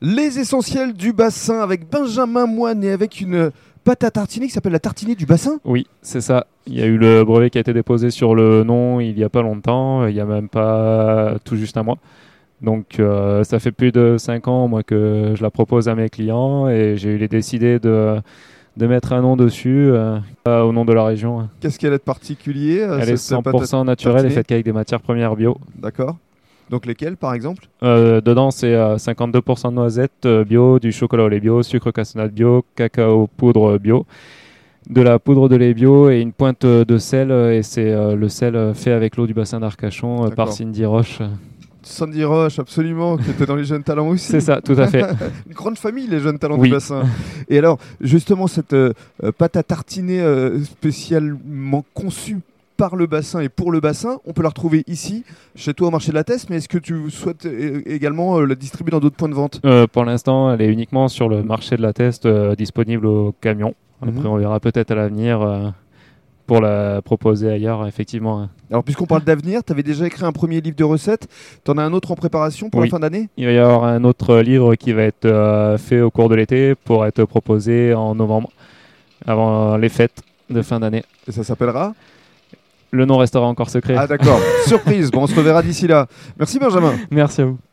Les essentiels du bassin avec Benjamin Moine et avec une pâte à tartiner qui s'appelle la tartinée du bassin. Oui, c'est ça. Il y a eu le brevet qui a été déposé sur le nom il n'y a pas longtemps, il n'y a même pas tout juste un mois. Donc euh, ça fait plus de 5 ans moi que je la propose à mes clients et j'ai eu les décidés de, de mettre un nom dessus euh, euh, au nom de la région. Qu'est-ce qu'elle est de particulier euh, Elle cette- est cette pâte à 100% naturelle et tartiner faite qu'avec des matières premières bio. D'accord. Donc lesquels par exemple Euh, dedans, c'est euh, 52% de noisettes euh, bio, du chocolat au lait bio, sucre cassonade bio, cacao poudre bio, de la poudre de lait bio et une pointe euh, de sel. euh, Et c'est euh, le sel euh, fait avec l'eau du bassin d'Arcachon euh, D'accord. par Cindy Roche. Sandy Roche, absolument, qui était dans les jeunes talents aussi. C'est ça, tout à fait. Une grande famille, les jeunes talents Oui. du bassin. Et alors, justement, cette euh, euh, pâte à tartiner euh, spécialement conçue par le bassin et pour le bassin, on peut la retrouver ici, chez toi au marché de la Teste, mais est-ce que tu souhaites euh, également euh, la distribuer dans d'autres points de vente Euh, pour l'instant, elle est uniquement sur le marché de la Teste, euh, disponible au camion. Après, Mhm. on verra peut-être à l'avenir euh, pour la proposer ailleurs, effectivement. hein. Alors, puisqu'on parle d'avenir, tu avais déjà écrit un premier livre de recettes, tu en as un autre en préparation pour Oui. la fin d'année Il va y avoir un autre livre qui va être euh, fait au cours de l'été pour être proposé en novembre, avant les fêtes de fin d'année. Et ça s'appellera Le nom restera encore secret. Ah d'accord, surprise, bon on se reverra d'ici là. Merci Benjamin. Merci à vous.